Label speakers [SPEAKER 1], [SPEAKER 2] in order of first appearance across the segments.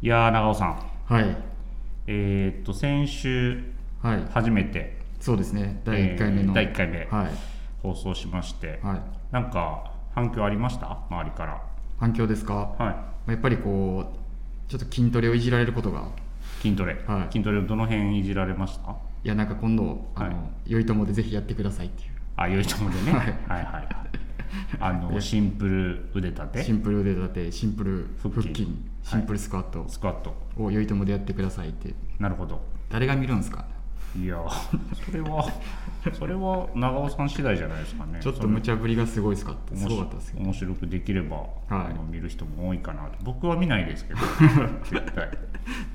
[SPEAKER 1] いやー長尾さん、
[SPEAKER 2] はい
[SPEAKER 1] えーっと先週
[SPEAKER 2] はい
[SPEAKER 1] 初めて
[SPEAKER 2] そうですね第1回目の、
[SPEAKER 1] えー第一回目
[SPEAKER 2] はい、
[SPEAKER 1] 放送しまして、
[SPEAKER 2] はい、
[SPEAKER 1] なんか反響ありました周りから
[SPEAKER 2] 反響ですか
[SPEAKER 1] は
[SPEAKER 2] やっぱりこうちょっと筋トレをいじられることが
[SPEAKER 1] い筋トレ、
[SPEAKER 2] はい
[SPEAKER 1] 筋トレをどの辺いじられました
[SPEAKER 2] いやなんか今度あの、
[SPEAKER 1] は
[SPEAKER 2] 良いともでぜひやってくださいっていう
[SPEAKER 1] あ良いともでね、
[SPEAKER 2] はい
[SPEAKER 1] はいはいあのシンプル腕立
[SPEAKER 2] シ
[SPEAKER 1] て
[SPEAKER 2] ンプル腕立てシンプル
[SPEAKER 1] 腹
[SPEAKER 2] 腹
[SPEAKER 1] 筋
[SPEAKER 2] 筋シンプルスクワット
[SPEAKER 1] スクワット
[SPEAKER 2] を良いともでやってくださいって
[SPEAKER 1] なるほど
[SPEAKER 2] 誰が見るんですか
[SPEAKER 1] いやーそれはそれは長尾さん次第じゃないですかね
[SPEAKER 2] ちょっと無茶ぶりがすごいですかってす
[SPEAKER 1] 面白
[SPEAKER 2] ごかったですよ
[SPEAKER 1] 面白くできれば、あの見る人も多いかなと僕は見ないです けど絶対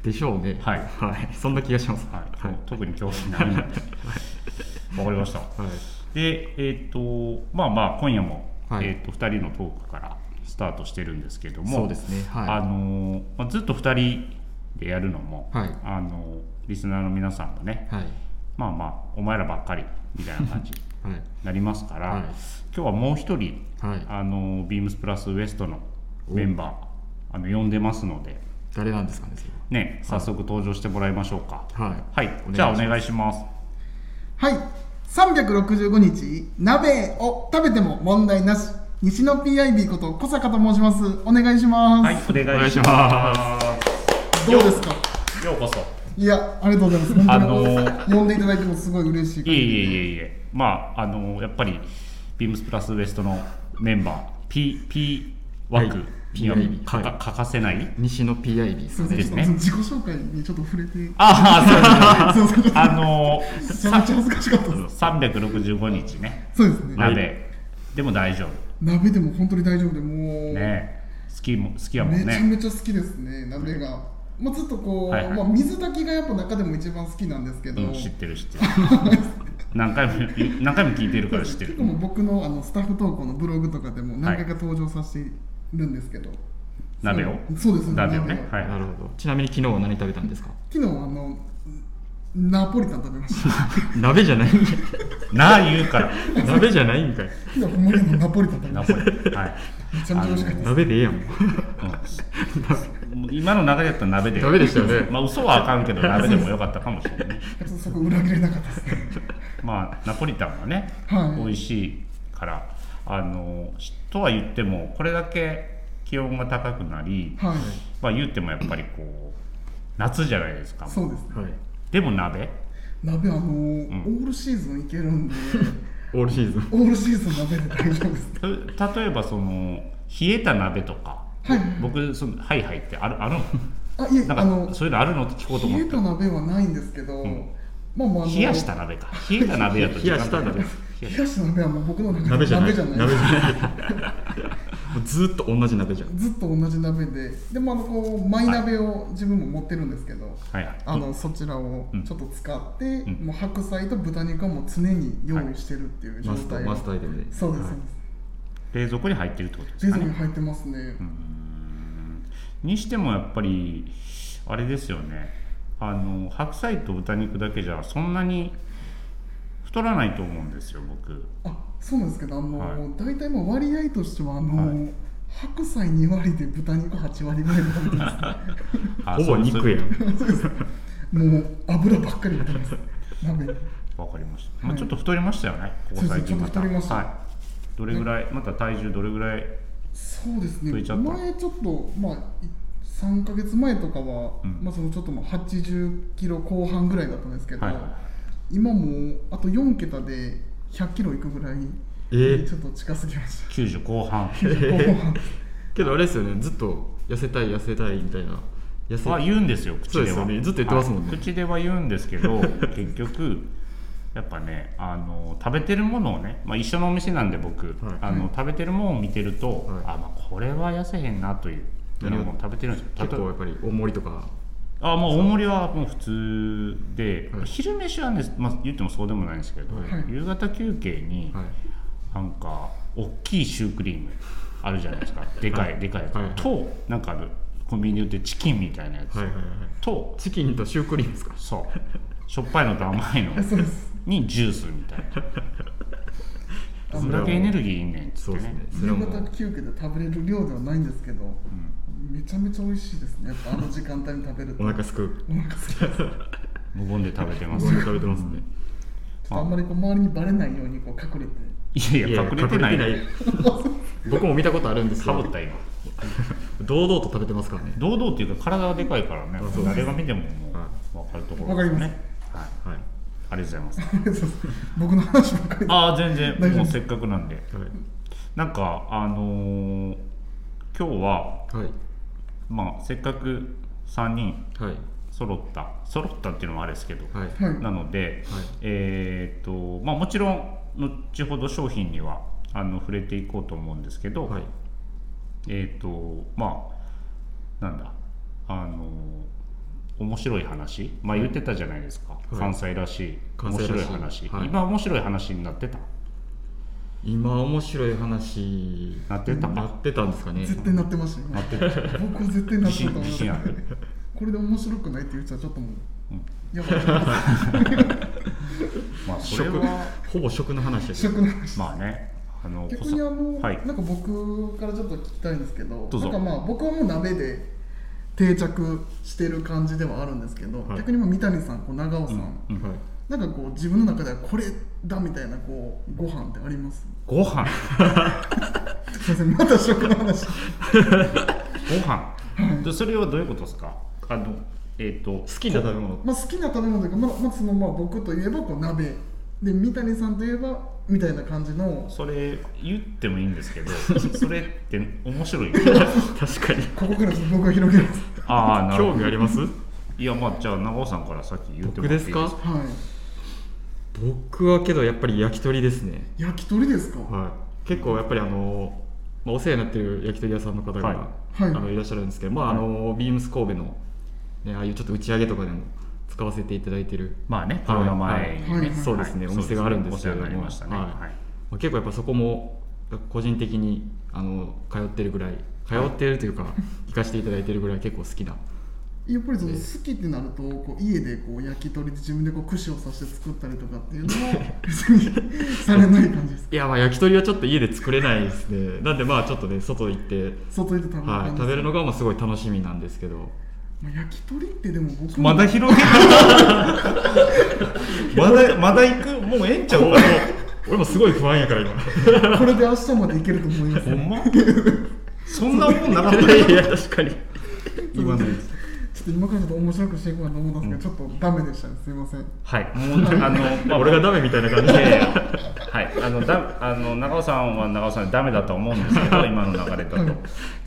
[SPEAKER 2] でしょうね
[SPEAKER 1] はい
[SPEAKER 2] はい、そんな気がします
[SPEAKER 1] はい、
[SPEAKER 2] はい、
[SPEAKER 1] 特に興味ないので、わかりました。
[SPEAKER 2] はい
[SPEAKER 1] で、えっ、と、まあまあ、今夜も、
[SPEAKER 2] はい
[SPEAKER 1] えっ、と、2人のトークからスタートしてるんですけども、
[SPEAKER 2] そうですねはい
[SPEAKER 1] あのーまあ、ずっと2人でやるのも、
[SPEAKER 2] はい
[SPEAKER 1] あのーリスナーの皆さんもね、
[SPEAKER 2] はい
[SPEAKER 1] まあまあ、お前らばっかりみたいな感じに
[SPEAKER 2] はい
[SPEAKER 1] なりますから、
[SPEAKER 2] はい
[SPEAKER 1] 今日はもう1人、
[SPEAKER 2] はい
[SPEAKER 1] あのー、ビームスプラスウエストのメンバー、あの呼んでますので、
[SPEAKER 2] 誰なんですかねそれ
[SPEAKER 1] ね、早速登場してもらいましょうか。
[SPEAKER 2] ははい
[SPEAKER 1] はい、じゃあお願いします。
[SPEAKER 3] はい365日鍋を食べても問題なし西の PIB こと小坂と申しますお願いします、
[SPEAKER 1] はい、お願いしま
[SPEAKER 3] どうですか
[SPEAKER 1] す。ようこそ。
[SPEAKER 3] いやありがとうございます本当に、
[SPEAKER 1] あのー
[SPEAKER 3] 呼んでいただいてもすごい嬉しい
[SPEAKER 1] いえいえいえいえ、まあ、あの、やっぱり、ビームスプラスウエストのメンバー、P、P 枠には
[SPEAKER 2] はい PIB
[SPEAKER 1] か
[SPEAKER 2] は
[SPEAKER 1] か欠かせない。
[SPEAKER 2] 西の PIB です
[SPEAKER 3] すい
[SPEAKER 2] か
[SPEAKER 3] ませ
[SPEAKER 2] ね
[SPEAKER 3] ん
[SPEAKER 1] で
[SPEAKER 3] ち
[SPEAKER 1] す
[SPEAKER 3] ょっと
[SPEAKER 1] ね
[SPEAKER 3] 自己紹介にちょっと触れてめ
[SPEAKER 1] ああ、そうですね
[SPEAKER 3] すいませ ん
[SPEAKER 1] あの、
[SPEAKER 3] ちゃめちゃ恥ずかしかったです
[SPEAKER 1] 365日ね、
[SPEAKER 3] そうですね、
[SPEAKER 1] 鍋、でも大丈夫。
[SPEAKER 3] 鍋でも本当に大丈夫でもう、
[SPEAKER 1] ね好きも、好きやもん
[SPEAKER 3] めちゃめ
[SPEAKER 1] ね。
[SPEAKER 3] ちゃ好きですね鍋が、まあ、ずっとこう、
[SPEAKER 1] はいはい
[SPEAKER 3] まあ、水炊きがやっぱ中でも一番好きなんですけ
[SPEAKER 1] う
[SPEAKER 3] ど、
[SPEAKER 1] ん、知ってる知 ってる。何回も、何回も聞いてるから知ってる
[SPEAKER 3] 結構。もう僕のあのスタッフ投稿のブログとかでも何回か登場させているんですけど、
[SPEAKER 1] 鍋を
[SPEAKER 3] そうです
[SPEAKER 1] 鍋をね。
[SPEAKER 3] 鍋を
[SPEAKER 1] はい。
[SPEAKER 2] なるほどちなみに昨日は何食べたんですか
[SPEAKER 3] 昨日あのナポリタン食べました
[SPEAKER 2] 鍋じゃない
[SPEAKER 1] なあ言うから。
[SPEAKER 2] 鍋じゃないんかい
[SPEAKER 3] 昨日森のナポリタン食 べ
[SPEAKER 1] ナ
[SPEAKER 3] ま
[SPEAKER 1] ポ
[SPEAKER 3] し
[SPEAKER 1] リ。はい。
[SPEAKER 3] ためちゃめちゃ美味しかったで す
[SPEAKER 2] 鍋でええやんもう
[SPEAKER 1] うんもう今の流れだったら鍋で。
[SPEAKER 2] 鍋でしたよね
[SPEAKER 1] まあ嘘はあかんけど鍋でもよかったかもしれない。
[SPEAKER 3] ちょっとそこ裏切れなかったです ね
[SPEAKER 1] まあナポリタンはね、
[SPEAKER 3] はい
[SPEAKER 1] 美味しいからあのしとは言ってもこれだけ気温が高くなり、
[SPEAKER 3] はい
[SPEAKER 1] まあ言ってもやっぱりこう夏じゃないですか。
[SPEAKER 3] そうですね
[SPEAKER 2] はい
[SPEAKER 1] でも鍋。
[SPEAKER 3] 鍋あの、オールシーズンいけるんで
[SPEAKER 2] オールシーズン
[SPEAKER 3] オールシーズン鍋で大丈夫です
[SPEAKER 1] た例えばその冷えた鍋とか。
[SPEAKER 3] はい
[SPEAKER 1] 僕そのハイハイってあるある
[SPEAKER 3] あいえ
[SPEAKER 1] の
[SPEAKER 3] あ
[SPEAKER 1] なん
[SPEAKER 3] の
[SPEAKER 1] かそういうのあるのって聞こうと思
[SPEAKER 3] 冷
[SPEAKER 1] っ
[SPEAKER 3] えた鍋はないんですけど、まあまあ
[SPEAKER 1] た。
[SPEAKER 3] あの
[SPEAKER 1] 冷やした鍋か。冷えた鍋やと時間かかる
[SPEAKER 2] 冷やした鍋
[SPEAKER 3] 冷やした鍋はもう僕の中で
[SPEAKER 2] 鍋じゃない
[SPEAKER 3] 鍋じゃない
[SPEAKER 2] 鍋じゃない もうずっと同じ鍋じゃん
[SPEAKER 3] ずっと同じ鍋で、でもあのこうマイ鍋を自分も持ってるんですけど、
[SPEAKER 1] はいはい。
[SPEAKER 3] あのそちらを
[SPEAKER 1] うん
[SPEAKER 3] ちょっと使って、
[SPEAKER 1] ん
[SPEAKER 3] もう白菜と豚肉はもう常に用意してるっていう状
[SPEAKER 2] マスト
[SPEAKER 3] 態を
[SPEAKER 2] マストアイテムで
[SPEAKER 3] そうですそう
[SPEAKER 1] 冷蔵庫に入ってるってことで
[SPEAKER 3] です。
[SPEAKER 1] す
[SPEAKER 3] 冷
[SPEAKER 1] か
[SPEAKER 3] 蔵庫
[SPEAKER 1] ね。
[SPEAKER 3] に入ってますね。
[SPEAKER 1] にしてもやっぱりあれですよねあの白菜と豚肉だけじゃそんなに太らないと思うんですよ僕
[SPEAKER 3] あ、そうなんですけど、あの、
[SPEAKER 1] はい
[SPEAKER 3] 大体もう割合としてはあの、
[SPEAKER 1] はい
[SPEAKER 3] 白菜2割で豚肉8割ぐらいなんで
[SPEAKER 1] あ
[SPEAKER 2] ほぼ
[SPEAKER 1] そうそう
[SPEAKER 2] 肉やん
[SPEAKER 3] す。もう油ばっかり入ってます。鍋に。
[SPEAKER 1] わかりました、まあ、ちょっと太りましたよね、ここ
[SPEAKER 3] そう
[SPEAKER 1] 最
[SPEAKER 3] です
[SPEAKER 1] 近また
[SPEAKER 3] ちょっと太りました
[SPEAKER 1] はい、どれぐらいまた体重どれぐらい
[SPEAKER 3] そうですね
[SPEAKER 1] 増えちゃった
[SPEAKER 3] 前ちょっとまあい3か月前とかは、
[SPEAKER 1] うん
[SPEAKER 3] まあそのちょっとまあ80キロ後半ぐらいだったんですけど、
[SPEAKER 1] はいはいはい
[SPEAKER 3] 今もうあと4桁で100キロいくぐらい
[SPEAKER 2] えー
[SPEAKER 3] ちょっと近すぎました
[SPEAKER 1] 90後半
[SPEAKER 3] 後 半
[SPEAKER 2] けどあれですよねずっと痩せたい痩せたいみたいな痩せ
[SPEAKER 1] は言うんですよ口で
[SPEAKER 2] そう
[SPEAKER 1] は
[SPEAKER 2] ですよねずっと言ってますもんね
[SPEAKER 1] はい口では言うんですけ ど結局やっぱねあの食べてるものをね、まあ、一緒のお店なんで僕、あの食べてるものを見てると、
[SPEAKER 2] はい
[SPEAKER 1] あ、まあ、これは痩せへんなというも
[SPEAKER 2] なるほど
[SPEAKER 1] のを食べてるんですよ
[SPEAKER 2] 結
[SPEAKER 1] 例え
[SPEAKER 2] 構
[SPEAKER 1] ば
[SPEAKER 2] やっぱり大盛りとか
[SPEAKER 1] あもう大盛りはもう普通で、
[SPEAKER 2] はい
[SPEAKER 1] 昼飯はね、まあ、言ってもそうでもないんですけど、
[SPEAKER 2] はい
[SPEAKER 1] 夕方休憩に、
[SPEAKER 2] はい
[SPEAKER 1] なんか大きいシュークリームあるじゃないですかでかいでかいやつ、
[SPEAKER 2] はいはい
[SPEAKER 1] となんかあのコンビニで売ってるチキンみたいなやつ、
[SPEAKER 2] はいはいはい
[SPEAKER 1] と
[SPEAKER 2] チキンとシュークリームですか
[SPEAKER 1] そうしょっぱいのと甘いの
[SPEAKER 3] そうです
[SPEAKER 1] にジュースみたいなどんだけエネルギーいんねんっつ
[SPEAKER 2] そ
[SPEAKER 1] っ
[SPEAKER 2] う
[SPEAKER 1] て
[SPEAKER 2] です
[SPEAKER 1] ね
[SPEAKER 2] ねそれ
[SPEAKER 3] 夕
[SPEAKER 2] はもう
[SPEAKER 3] 方休憩で食べれる量ではないんですけど、めめちゃめちゃ美味しいですねやっぱあの時間帯に食べると
[SPEAKER 2] お腹すくう
[SPEAKER 3] お腹すくちょ
[SPEAKER 1] 無言で食べてます
[SPEAKER 2] ご飯食べてますね
[SPEAKER 3] っとあんまりこう周りにバレないようにこう隠れて
[SPEAKER 1] いやいや隠れてない
[SPEAKER 2] 隠れ 僕も見たことあるんです
[SPEAKER 1] かぶ
[SPEAKER 2] よ
[SPEAKER 1] った今
[SPEAKER 2] 堂々と食べてますからね
[SPEAKER 1] 堂々っていうか体がでかいからね
[SPEAKER 2] あそうです
[SPEAKER 1] 誰が見てもも
[SPEAKER 2] は
[SPEAKER 1] う分かるとこ
[SPEAKER 3] わ
[SPEAKER 1] ろ
[SPEAKER 3] か
[SPEAKER 1] です
[SPEAKER 3] ります
[SPEAKER 1] ねはい
[SPEAKER 2] はい
[SPEAKER 1] ありがとうございます
[SPEAKER 3] 僕の話ばっかりで
[SPEAKER 1] ああ全然
[SPEAKER 3] 大丈夫
[SPEAKER 1] もうせっかくなんで
[SPEAKER 2] は
[SPEAKER 1] なんかあのー今日は、
[SPEAKER 2] い
[SPEAKER 1] まあ、せっかく3人
[SPEAKER 2] はい
[SPEAKER 1] 揃った揃ったっていうのもあれですけど、
[SPEAKER 2] はい
[SPEAKER 3] は
[SPEAKER 1] なので、
[SPEAKER 2] はい
[SPEAKER 1] えーっとまあ、もちろん後ほど商品にはあの触れていこうと思うんですけど、
[SPEAKER 2] はい
[SPEAKER 1] えーっとまあなんだあの面白い話、まあ、言ってたじゃないですか、
[SPEAKER 2] い
[SPEAKER 1] 関西らしい
[SPEAKER 2] 関西らしい
[SPEAKER 1] 面白い話、
[SPEAKER 2] はい
[SPEAKER 1] 今面白い話になってた
[SPEAKER 2] 今面白い話
[SPEAKER 1] なってた
[SPEAKER 2] なってたんですかね
[SPEAKER 3] 絶対なってましたよ
[SPEAKER 1] なって
[SPEAKER 3] 僕は絶対なってると思
[SPEAKER 1] 自信
[SPEAKER 3] います
[SPEAKER 1] 自信ある
[SPEAKER 3] これで面白くないっていう人はちょっとも
[SPEAKER 1] う
[SPEAKER 3] うやばい
[SPEAKER 1] まあそれ
[SPEAKER 2] 食
[SPEAKER 1] は
[SPEAKER 2] ほぼ食の話で
[SPEAKER 3] 試
[SPEAKER 2] す
[SPEAKER 3] 食の話
[SPEAKER 1] まあねあの
[SPEAKER 3] 逆にあの、
[SPEAKER 1] はい
[SPEAKER 3] なんか僕からちょっと聞きたいんですけど
[SPEAKER 1] どうぞ
[SPEAKER 3] なんかまあ僕はもう鍋で定着してる感じではあるんですけど、
[SPEAKER 2] はい
[SPEAKER 3] 逆にもう三谷さんこう長尾さん、
[SPEAKER 1] うん
[SPEAKER 2] はい
[SPEAKER 3] なんかこう自分の中ではこれだみたいなこうご飯ってあります
[SPEAKER 1] ご飯
[SPEAKER 3] すいませんまた食の話
[SPEAKER 1] ご飯でそれはどういうことですかあのえっ、と
[SPEAKER 2] 好きな食べ物
[SPEAKER 3] まあ好きな食べ物というか、まあまあ、そのまあ僕といえばこう鍋で三谷さんといえばみたいな感じの
[SPEAKER 1] それ言ってもいいんですけど それって面白い
[SPEAKER 2] 確かに
[SPEAKER 3] ここからちょっと僕が広げます
[SPEAKER 1] ああなる
[SPEAKER 2] 興
[SPEAKER 1] ほ
[SPEAKER 2] 味
[SPEAKER 1] ど
[SPEAKER 2] あります
[SPEAKER 1] いやまあじゃあ長尾さんからさっき言っても
[SPEAKER 2] 僕
[SPEAKER 1] ら
[SPEAKER 2] で
[SPEAKER 1] ってい
[SPEAKER 2] す
[SPEAKER 1] い
[SPEAKER 2] か
[SPEAKER 3] は
[SPEAKER 2] 僕はけどやっぱり焼き鳥ですね
[SPEAKER 3] い焼き鳥ですかは
[SPEAKER 2] はい、結構やっぱりあの、まあ、お世話になってる焼き鳥屋さんの方が、
[SPEAKER 1] はい
[SPEAKER 2] い
[SPEAKER 3] はい
[SPEAKER 2] あのいらっしゃるんですけど、まああのビームス神戸の、ね、ああいうちょっと打ち上げとかでも使わせていただいてる、
[SPEAKER 1] まあねコロナ前にね、
[SPEAKER 3] はいはい
[SPEAKER 2] そうですね、
[SPEAKER 1] はい
[SPEAKER 2] お店があるんですけれど
[SPEAKER 1] お
[SPEAKER 2] も
[SPEAKER 1] 世話になりましたね
[SPEAKER 2] はい
[SPEAKER 1] はい
[SPEAKER 2] まあ、結構やっぱそこも個人的にあの通ってるぐらい通ってるというか、行かせていただいてるぐらい結構好きな。
[SPEAKER 3] やっぱりその好きってなるとこう家でこう焼き鳥で自分でこう串を刺して作ったりとかっていうのも 別にされない感じですか
[SPEAKER 2] いやまあ焼き鳥はちょっと家で作れないですねなんでまあちょっとね外行って、
[SPEAKER 3] 外で食べる
[SPEAKER 2] はい、
[SPEAKER 3] 感じ
[SPEAKER 2] 食べるの
[SPEAKER 3] が、
[SPEAKER 2] がまあすごい楽しみなんですけど
[SPEAKER 3] まあ、焼き鳥ってでも僕も
[SPEAKER 1] まだ広げる まだまだ行くもうええんちゃうかな
[SPEAKER 2] 俺もすごい不安やから今
[SPEAKER 3] これで明日までいけると思います
[SPEAKER 1] ほんまそんなもんなかった
[SPEAKER 2] いやいや確かに
[SPEAKER 3] 今のちょっと今からちょっと面白くしていこうかなと思ったんですけど、ちょっとダメでしたねすいません
[SPEAKER 1] はいもうあの、まあ、
[SPEAKER 2] 俺がダメみたいな感じ
[SPEAKER 1] いやい
[SPEAKER 2] で
[SPEAKER 1] やはい、あのだあの長尾さんは長尾さんでダメだと思うんですけ ど今の流れだと、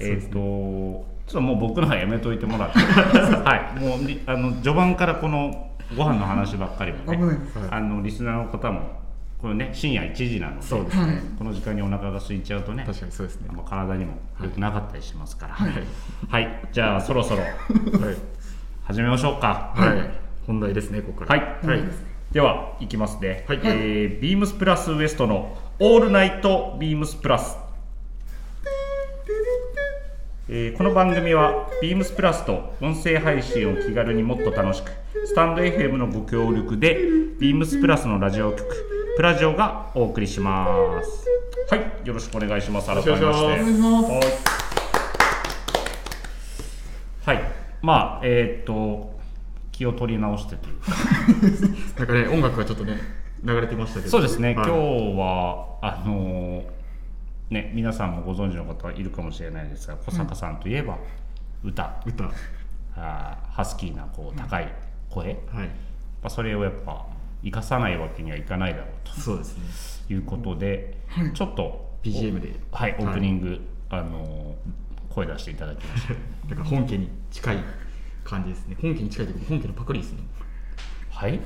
[SPEAKER 1] えっ、とちょっともう僕のはやめといてもらってはいもうりあの序盤からこのご飯の話ばっかりも
[SPEAKER 3] 危ない
[SPEAKER 1] ね
[SPEAKER 3] です
[SPEAKER 2] はい
[SPEAKER 1] あのリスナーの方もこれね深夜1時なので
[SPEAKER 2] そうです
[SPEAKER 3] はい
[SPEAKER 2] ね
[SPEAKER 1] この時間にお腹が空いちゃうとね
[SPEAKER 2] 確かにそうですね
[SPEAKER 1] あの体にも良くなかったりしますから
[SPEAKER 3] は
[SPEAKER 1] はいい、じゃあそろそろ
[SPEAKER 2] は
[SPEAKER 1] 始めましょうか
[SPEAKER 2] い、はい、本題ですねここか
[SPEAKER 1] は
[SPEAKER 2] ら
[SPEAKER 1] い、
[SPEAKER 2] はい
[SPEAKER 1] では行きますね、
[SPEAKER 2] はい
[SPEAKER 1] えービームスプラスウエストの「オールナイトビームスプラス」えーこの番組はビームスプラスと音声配信を気軽にもっと楽しくスタンド FM のご協力でビームスプラスのラジオ局プラジオがお送りしますはいよろしくお願いします改めまして
[SPEAKER 2] よろしくお願い
[SPEAKER 3] します
[SPEAKER 1] はいはいまあえーっと気を取り直してという
[SPEAKER 2] なんかね音楽がちょっとね流れてましたけど
[SPEAKER 1] そうですね、
[SPEAKER 2] はい
[SPEAKER 1] 今日はあのーね皆さんもご存知の方いるかもしれないですが小坂さんといえば歌、
[SPEAKER 2] 歌は
[SPEAKER 1] あーハスキーなこう高い声、ま
[SPEAKER 2] い
[SPEAKER 1] あ、それをやっぱ生かさないわけにはいかないだろう
[SPEAKER 2] そうですね
[SPEAKER 1] ということで、ちょっと
[SPEAKER 2] BGM で
[SPEAKER 1] おはい、オープニング、あのー声出していただきました
[SPEAKER 2] なんか本家に近い感じですね本家に近いというか本家のパクリですね
[SPEAKER 1] はい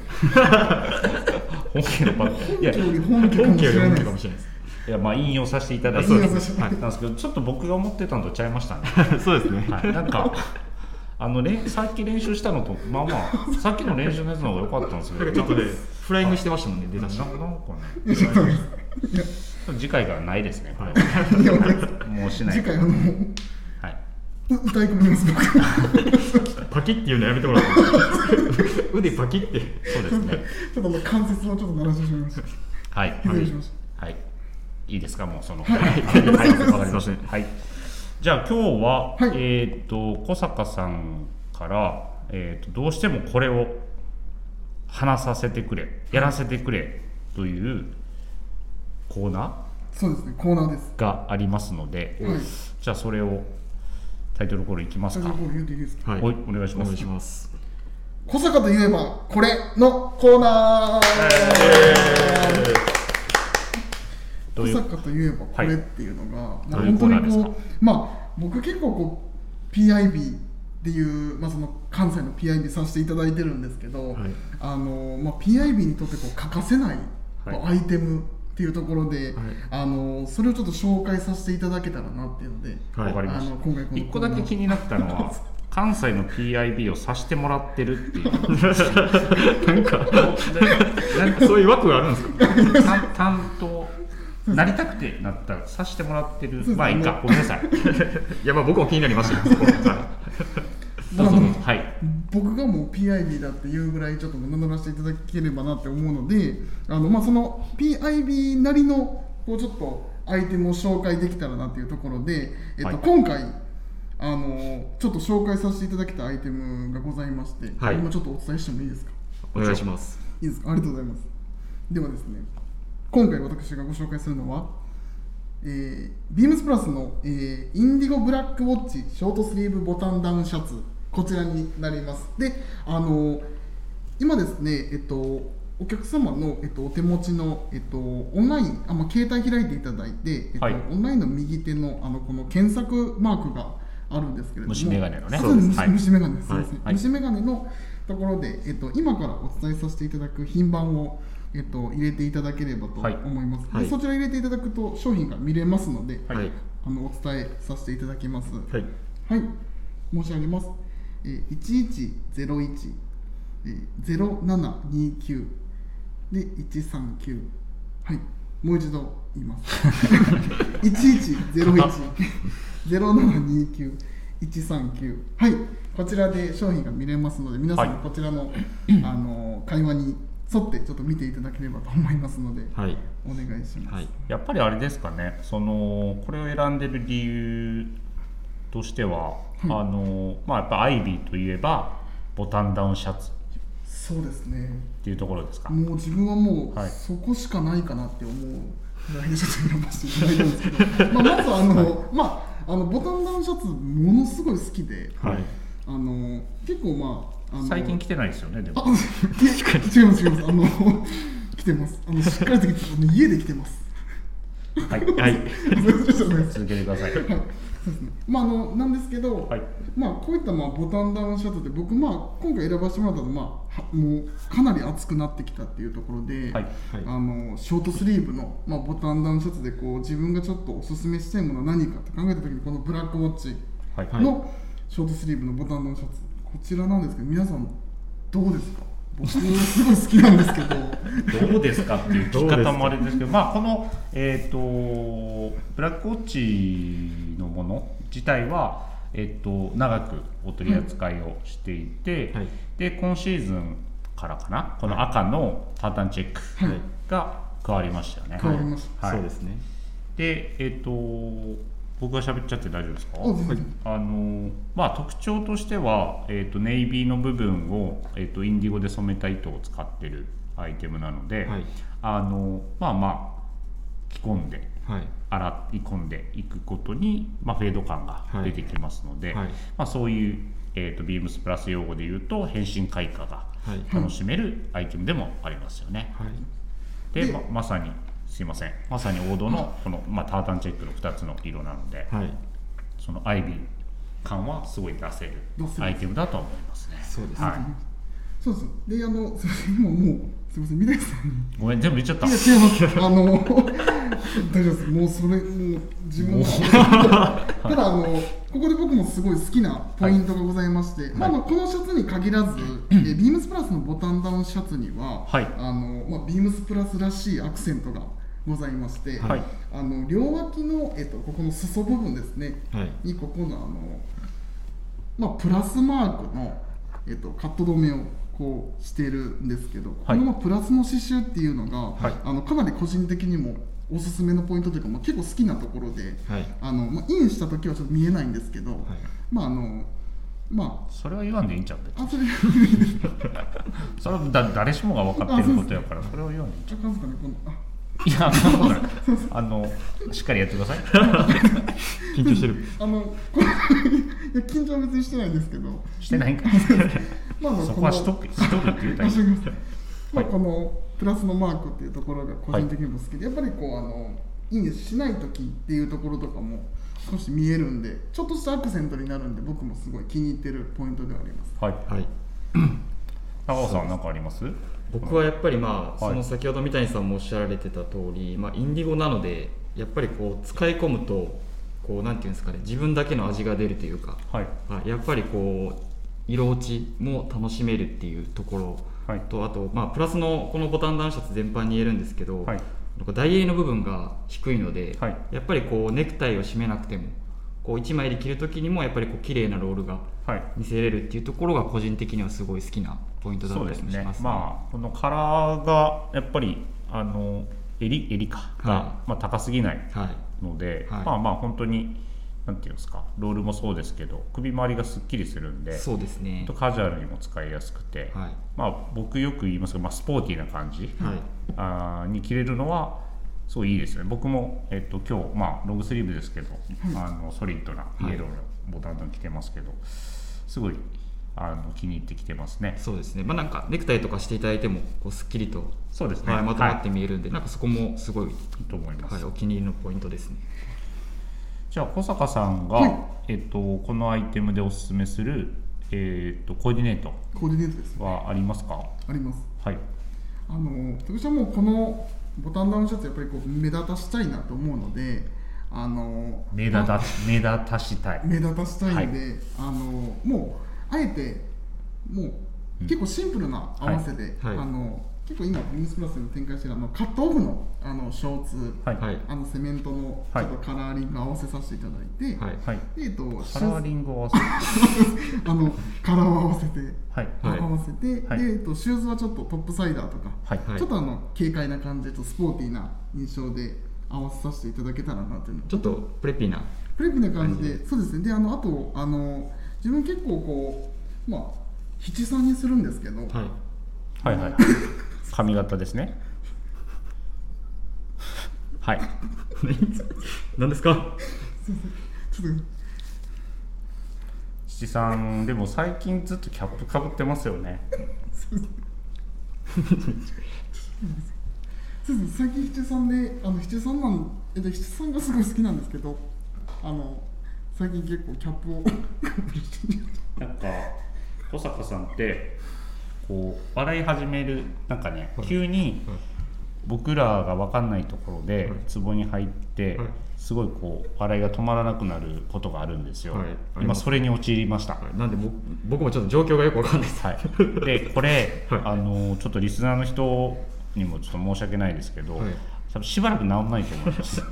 [SPEAKER 1] 本気のパッケージいや
[SPEAKER 3] 本家より本家か
[SPEAKER 2] 本
[SPEAKER 3] も
[SPEAKER 2] 家
[SPEAKER 3] し
[SPEAKER 2] より
[SPEAKER 3] れ
[SPEAKER 2] 本
[SPEAKER 3] な
[SPEAKER 2] 家
[SPEAKER 3] い
[SPEAKER 2] か
[SPEAKER 3] で
[SPEAKER 2] も
[SPEAKER 3] す
[SPEAKER 2] しれないです
[SPEAKER 1] いやまあ引用させていただいて
[SPEAKER 3] そ
[SPEAKER 1] な
[SPEAKER 3] うんです
[SPEAKER 1] ですけどちょっと僕が思ってたのとちゃいましたね
[SPEAKER 2] そうですね
[SPEAKER 1] はい、なんかあのれんさっき練習したのとまあまあさっきの練習のやつの方が良かったんです
[SPEAKER 2] な
[SPEAKER 1] け
[SPEAKER 2] ん
[SPEAKER 1] ど
[SPEAKER 2] かちょっとねフライングしてましたもんね出
[SPEAKER 1] な
[SPEAKER 2] だ
[SPEAKER 1] ん
[SPEAKER 2] し
[SPEAKER 1] か
[SPEAKER 2] は
[SPEAKER 1] なんかね
[SPEAKER 3] いやちょっとい
[SPEAKER 1] 次回からないですねこれ
[SPEAKER 3] やわかります
[SPEAKER 1] はもうしない
[SPEAKER 3] 次回あの
[SPEAKER 1] はい
[SPEAKER 3] 歌い込みます僕
[SPEAKER 2] パキって言うのやめてもらっていいですか腕パキって
[SPEAKER 1] そうですね
[SPEAKER 3] ちょっとあの関節をちょっと鳴らしてしまいました
[SPEAKER 1] はい
[SPEAKER 3] 失礼しまし
[SPEAKER 1] はいいいですかもうそのはいわ、かりませんはいじゃあ今日は、
[SPEAKER 3] はい
[SPEAKER 1] えっ、と小坂さんから、えー、とどうしてもこれを話させてくれやらせてくれというコーナ
[SPEAKER 3] そうですねコーナーです
[SPEAKER 1] ーがありますので、
[SPEAKER 3] はい
[SPEAKER 1] じゃあそれをタイトルコールいきます
[SPEAKER 3] 最初
[SPEAKER 1] か
[SPEAKER 3] こ。れ言っていいですか
[SPEAKER 2] はい、
[SPEAKER 1] はいお願いします
[SPEAKER 2] お願いします
[SPEAKER 3] 小坂といえばこれのコーナー、
[SPEAKER 1] どうい
[SPEAKER 3] 小
[SPEAKER 1] う
[SPEAKER 3] 坂といえばこれっていうのが、な
[SPEAKER 1] どうい
[SPEAKER 3] ん
[SPEAKER 1] う
[SPEAKER 3] か本当に
[SPEAKER 1] コーナー
[SPEAKER 3] こ
[SPEAKER 1] で
[SPEAKER 3] うまあ僕結構こう PIB っていう、まあ、その関西の PIB させていただいてるんですけど、
[SPEAKER 2] はい
[SPEAKER 3] あのまあ、PIB にとってこう欠かせない
[SPEAKER 1] はい
[SPEAKER 3] こうアイテムっていうところで、
[SPEAKER 2] はい
[SPEAKER 3] あのそれをちょっと紹介させていただけたらなっていうので、
[SPEAKER 1] わかり
[SPEAKER 3] あ
[SPEAKER 1] まし
[SPEAKER 3] の今回こ
[SPEAKER 1] た。
[SPEAKER 3] の
[SPEAKER 1] 一個だけ気になったのは関西の PIB をさしてもらってるっていう。
[SPEAKER 2] なんかなんかそういう枠があるんですか
[SPEAKER 1] 担担当なりたくてなったさしてもらってる、
[SPEAKER 3] そうですね
[SPEAKER 1] まあいいかごめんなさい
[SPEAKER 2] いやまあ僕も気になりましたよそこは
[SPEAKER 1] どうぞ
[SPEAKER 3] まあま
[SPEAKER 1] はい
[SPEAKER 3] 僕がもう PIB だっていうぐらいちょっと名乗らせていただければなって思うのであの、まあ、その PIB なりのこうちょっとアイテムを紹介できたらなっていうところで、えっと
[SPEAKER 1] はい
[SPEAKER 3] 今回あのちょっと紹介させていただきたアイテムがございまして、
[SPEAKER 2] はい
[SPEAKER 3] 今ちょっとお伝えしてもいいですか
[SPEAKER 2] お願いします
[SPEAKER 3] いいですかありがとうございますではですね今回私がご紹介するのは、えー、ビームスプラスの、えーインディゴブラックウォッチショートスリーブボタンダウンシャツこちらになりますであの今ですねえっとお客様の、えっと、お手持ちの、えっと、オンラインあ、まあ、携帯開いていただいて、えっと
[SPEAKER 1] はい
[SPEAKER 3] オンラインの右手のあのこの検索マークがあるんですけれども
[SPEAKER 1] 虫眼鏡のね
[SPEAKER 3] あそうです
[SPEAKER 1] はい
[SPEAKER 3] 虫虫眼鏡です、
[SPEAKER 2] はい
[SPEAKER 3] いません
[SPEAKER 1] はい
[SPEAKER 3] 虫眼鏡のところで、えっと、今からお伝えさせていただく品番を、えっと、入れていただければと
[SPEAKER 1] はい
[SPEAKER 3] 思います、
[SPEAKER 2] はい
[SPEAKER 3] でそちら入れていただくと商品が見れますので、
[SPEAKER 1] は
[SPEAKER 2] はいい、
[SPEAKER 3] あのお伝えさせていただきますは
[SPEAKER 2] はい、
[SPEAKER 3] い、申し上げます、えー、1101えー0729で139はいもう一度言います 11010729-139はいこちらで商品が見れますので皆さ
[SPEAKER 1] は
[SPEAKER 3] ん
[SPEAKER 1] い
[SPEAKER 3] こちらの,、あの会話に沿ってちょっと見ていただければと思いますので、
[SPEAKER 2] はい
[SPEAKER 3] お願いします、
[SPEAKER 2] はい
[SPEAKER 1] やっぱりあれですかねそのこれを選んでる理由としては、あのまあやっぱアイビーといえばボタンダウンシャツっ
[SPEAKER 3] そうですね
[SPEAKER 1] ていうところですか、
[SPEAKER 3] もう自分はもう、
[SPEAKER 1] はい
[SPEAKER 3] そこしかないかなって思うぐらいでちょっと選ばせていただいたんです けど、まあ、まずあの、まああのボタンダウンシャツものすごい好きで、
[SPEAKER 2] はい
[SPEAKER 3] あの結構まああの
[SPEAKER 1] 最近着てないですよねで
[SPEAKER 3] あ
[SPEAKER 1] も
[SPEAKER 3] いや違います違いますあの来てますあのしっかりと来てあの家で来 てます
[SPEAKER 1] はい、
[SPEAKER 2] はい
[SPEAKER 3] そうですね
[SPEAKER 1] 続けてください
[SPEAKER 3] まああのなんですけど、
[SPEAKER 1] はい
[SPEAKER 3] まあこういったまあボタンダウンシャツって僕まあ今回選ばせてもらったのまあはもうかなり熱くなってきたっていうところ
[SPEAKER 1] は
[SPEAKER 3] で、
[SPEAKER 1] い
[SPEAKER 2] はい
[SPEAKER 3] あのショートスリーブの、まあ、ボタンダウンシャツでこう自分がちょっとおすすめしたいものは何かって考えた時にこのブラックウォッチ
[SPEAKER 1] はい、
[SPEAKER 2] はい
[SPEAKER 3] のショートスリーブのボタンダウンシャツこちらなんですけど皆さんどうですか僕すごい好きなんですけど
[SPEAKER 1] どうですかっていう聞き
[SPEAKER 2] どうです
[SPEAKER 1] 方
[SPEAKER 2] か
[SPEAKER 1] もあれですけど、まあ、この、えー、とブラックウォッチのもの自体は、えっと長くお取り扱いをしていて、
[SPEAKER 2] はい
[SPEAKER 1] で今シーズンからかなこの赤のタータンチェック
[SPEAKER 3] はい
[SPEAKER 1] が加わりましたよね。
[SPEAKER 3] 変わりまし
[SPEAKER 1] はい
[SPEAKER 2] そうですね
[SPEAKER 1] で、えっと僕が喋っちゃって大丈夫ですか
[SPEAKER 3] た、あ全然
[SPEAKER 1] あのまあ、特徴としては、えー、とネイビーの部分を、えー、とインディゴで染めた糸を使ってるアイテムなので、
[SPEAKER 2] はい
[SPEAKER 1] あのまあまあ着込んで
[SPEAKER 2] はい
[SPEAKER 1] 洗い込んでいくことに、まあ、フェード感が出てきますので、
[SPEAKER 2] はい
[SPEAKER 1] まあ、そういう、えー、とビームスプラス用語で言うと変身開花が
[SPEAKER 2] はい
[SPEAKER 1] 楽しめるアイテムでもありますよね。
[SPEAKER 2] はい
[SPEAKER 1] で
[SPEAKER 3] で
[SPEAKER 1] ままさにすいませんまさに王道のこの、まあ、タータンチェックの2つの色なので。
[SPEAKER 2] はい
[SPEAKER 1] そのアイビー感はすごい出せる
[SPEAKER 3] 出せる
[SPEAKER 1] アイテムだと思いますね。
[SPEAKER 2] そうですね
[SPEAKER 1] はい、
[SPEAKER 3] そうですであのすいません今もうすいません三谷さんに
[SPEAKER 1] ごめん全部言っちゃった。
[SPEAKER 3] いや違います。あの 大丈夫です。もうそれもう自分のただあのここで僕もすごい好きなポイントがございまして、まああのこのシャツに限らず、えービームスプラスのボタンダウンシャツには、
[SPEAKER 1] はい
[SPEAKER 3] あのまあビームスプラスらしいアクセントがございまして、
[SPEAKER 1] はい
[SPEAKER 3] あの両脇のえっとここの裾部分ですね。
[SPEAKER 2] はい
[SPEAKER 3] にここのあの、まあ、プラスマークの、えっと、カット止めをこうしてるんですけど、
[SPEAKER 1] はい
[SPEAKER 3] このまあプラスの刺繍っていうのが、
[SPEAKER 1] はい
[SPEAKER 3] あのかなり個人的にもおすすめのポイントというか、まあ、結構好きなところで、
[SPEAKER 2] はい
[SPEAKER 3] あのまあ、インした時はちょっと見えないんですけど、まああのま
[SPEAKER 1] それは言わんでいいんちゃう
[SPEAKER 3] ああそれ
[SPEAKER 1] それはだ誰しもが分かってることやからそれを言わんでいいんちゃ
[SPEAKER 3] ちょっと数かねこのあ
[SPEAKER 1] ういやそんなことないあのしっかりやってください
[SPEAKER 2] 緊張してる
[SPEAKER 3] あのこの いや緊張は別にしてないんですけど、
[SPEAKER 1] してないん かい
[SPEAKER 3] まあまあ
[SPEAKER 1] そ
[SPEAKER 3] こ
[SPEAKER 1] こ
[SPEAKER 3] の
[SPEAKER 1] はしとくしとくって言うたら
[SPEAKER 3] あ
[SPEAKER 1] いい
[SPEAKER 3] すみません まあこのプラスのマークっていうところが個人的にも好きで、やっぱりこうあのいいねしない時っていうところとかも少し見えるんでちょっとしたアクセントになるんで僕もすごい気に入ってるポイントではあります
[SPEAKER 1] はい
[SPEAKER 2] はい
[SPEAKER 1] 高尾さん何かあります
[SPEAKER 2] 僕はやっぱりまあ、
[SPEAKER 1] はい
[SPEAKER 2] その先ほど三谷さんもおっしゃられてた通り、まあ、インディゴなのでやっぱりこう使い込むとこうなんていうんですかね自分だけの味が出るというか、
[SPEAKER 1] はい
[SPEAKER 2] はいやっぱりこう色落ちも楽しめるっていうところ
[SPEAKER 1] はい
[SPEAKER 2] と、あと、まあ、プラスのこのボタンダウンシャツ全般に言えるんですけど、
[SPEAKER 1] はい
[SPEAKER 2] なんか大英の部分が低いので、
[SPEAKER 1] はい
[SPEAKER 2] やっぱりこうネクタイを締めなくてもこう1枚で着る時にもやっぱりこう綺麗なロールが
[SPEAKER 1] はい
[SPEAKER 2] 見せれるっていうところが個人的にはすごい好きなポイントだ
[SPEAKER 1] そ
[SPEAKER 2] っ
[SPEAKER 1] う
[SPEAKER 2] た
[SPEAKER 1] で
[SPEAKER 2] り
[SPEAKER 1] す
[SPEAKER 2] もし
[SPEAKER 1] ね
[SPEAKER 2] ますね。
[SPEAKER 1] まあこのカラーがやっぱりあの襟襟かが、
[SPEAKER 2] は
[SPEAKER 1] まあ、高すぎない
[SPEAKER 2] はい
[SPEAKER 1] ので、
[SPEAKER 2] はい
[SPEAKER 1] まあまあ本当になんていうんですかロールもそうですけど首周りがすっきりするんで
[SPEAKER 2] そうですね
[SPEAKER 1] 本当カジュアルにも使いやすくて、
[SPEAKER 2] はい
[SPEAKER 1] まあ僕よく言いますが、まあ、スポーティーな感じ、
[SPEAKER 2] はい
[SPEAKER 1] あーに着れるのはすごいいいですね僕も、えっと、今日、まあ、ロングスリーブですけど、あのソリッドなイエローのボタンの着てますけど、すごいあの気に入ってきてますね
[SPEAKER 2] そうですねまあなんかネクタイとかしていただいてもこうすっきりと、
[SPEAKER 1] そうですね
[SPEAKER 2] はい、まとまっ
[SPEAKER 1] は
[SPEAKER 2] て
[SPEAKER 1] い
[SPEAKER 2] 見えるんで、なんかそこもすご
[SPEAKER 1] い
[SPEAKER 2] い、
[SPEAKER 1] いと思います、
[SPEAKER 2] はい、お気に入りのポイントですね
[SPEAKER 1] じゃあ小坂さんが、
[SPEAKER 3] はい
[SPEAKER 1] えっと、このアイテムでおすすめする、えっとコーディネート
[SPEAKER 3] コーディネートです
[SPEAKER 1] はありますか
[SPEAKER 3] あります
[SPEAKER 1] はい
[SPEAKER 3] あの私はもうこのボタンダウンシャツやっぱりこう目立たしたいなと思うのであの
[SPEAKER 1] 目立た目立たしたい
[SPEAKER 3] 目立たしたいんで、あのもうあえてもう結構シンプルな合わせで、
[SPEAKER 2] はいはい
[SPEAKER 3] あの結構今ビームスプラスでも展開してるあのカットオフのあのショーツ、
[SPEAKER 1] はい
[SPEAKER 2] はい
[SPEAKER 3] あのセメントのち
[SPEAKER 1] は
[SPEAKER 3] ょ
[SPEAKER 1] い
[SPEAKER 3] っとカラーリング合わせさせていただいて、
[SPEAKER 2] はい
[SPEAKER 1] はい
[SPEAKER 3] でえっとシ
[SPEAKER 1] カラ
[SPEAKER 3] ュ
[SPEAKER 1] ー
[SPEAKER 3] ーズ
[SPEAKER 1] リングを合わせる
[SPEAKER 3] あのカラーを合わせて、
[SPEAKER 1] はい
[SPEAKER 2] はい
[SPEAKER 3] 合わせて、
[SPEAKER 1] はい
[SPEAKER 3] でえっとシューズはちょっとトップサイダーとか、
[SPEAKER 1] はい
[SPEAKER 2] はい
[SPEAKER 3] ちょっとあの軽快な感じでちょっとスポーティーな印象で合わせさせていただけたらなというの
[SPEAKER 2] ちょっとプレピーな
[SPEAKER 3] プレップな感じで、そうですね。で、あの、あと、あの、自分結構こう、まあ、七三にするんですけど、
[SPEAKER 2] はい
[SPEAKER 1] はいはい。髪型ですね。はい。
[SPEAKER 2] 何ですか
[SPEAKER 3] ちょっと、
[SPEAKER 1] 七三でも最近ずっとキャップかぶってますよね。
[SPEAKER 3] そうですね、最近七三で、あの、七三なん、えっと、七三がすごい好きなんですけど、あの、最近結構キャップを
[SPEAKER 1] なんか小坂さんってこう笑い始めるなんかね、急に
[SPEAKER 2] はい
[SPEAKER 1] 僕らが分かんないところで
[SPEAKER 2] はい
[SPEAKER 1] 壺に入って、
[SPEAKER 2] はい
[SPEAKER 1] すごいこう笑いが止まらなくなることがあるんですよ。
[SPEAKER 2] はいあり
[SPEAKER 1] 今
[SPEAKER 2] ます
[SPEAKER 1] それに陥りました。
[SPEAKER 2] はいなんで僕僕もちょっと状況がよくわかんないです
[SPEAKER 1] はい、でこれ、
[SPEAKER 2] はい
[SPEAKER 1] あのちょっとリスナーの人にもちょっと申し訳ないですけど、
[SPEAKER 2] はい
[SPEAKER 1] 多分しばらく治んないと思い ます、は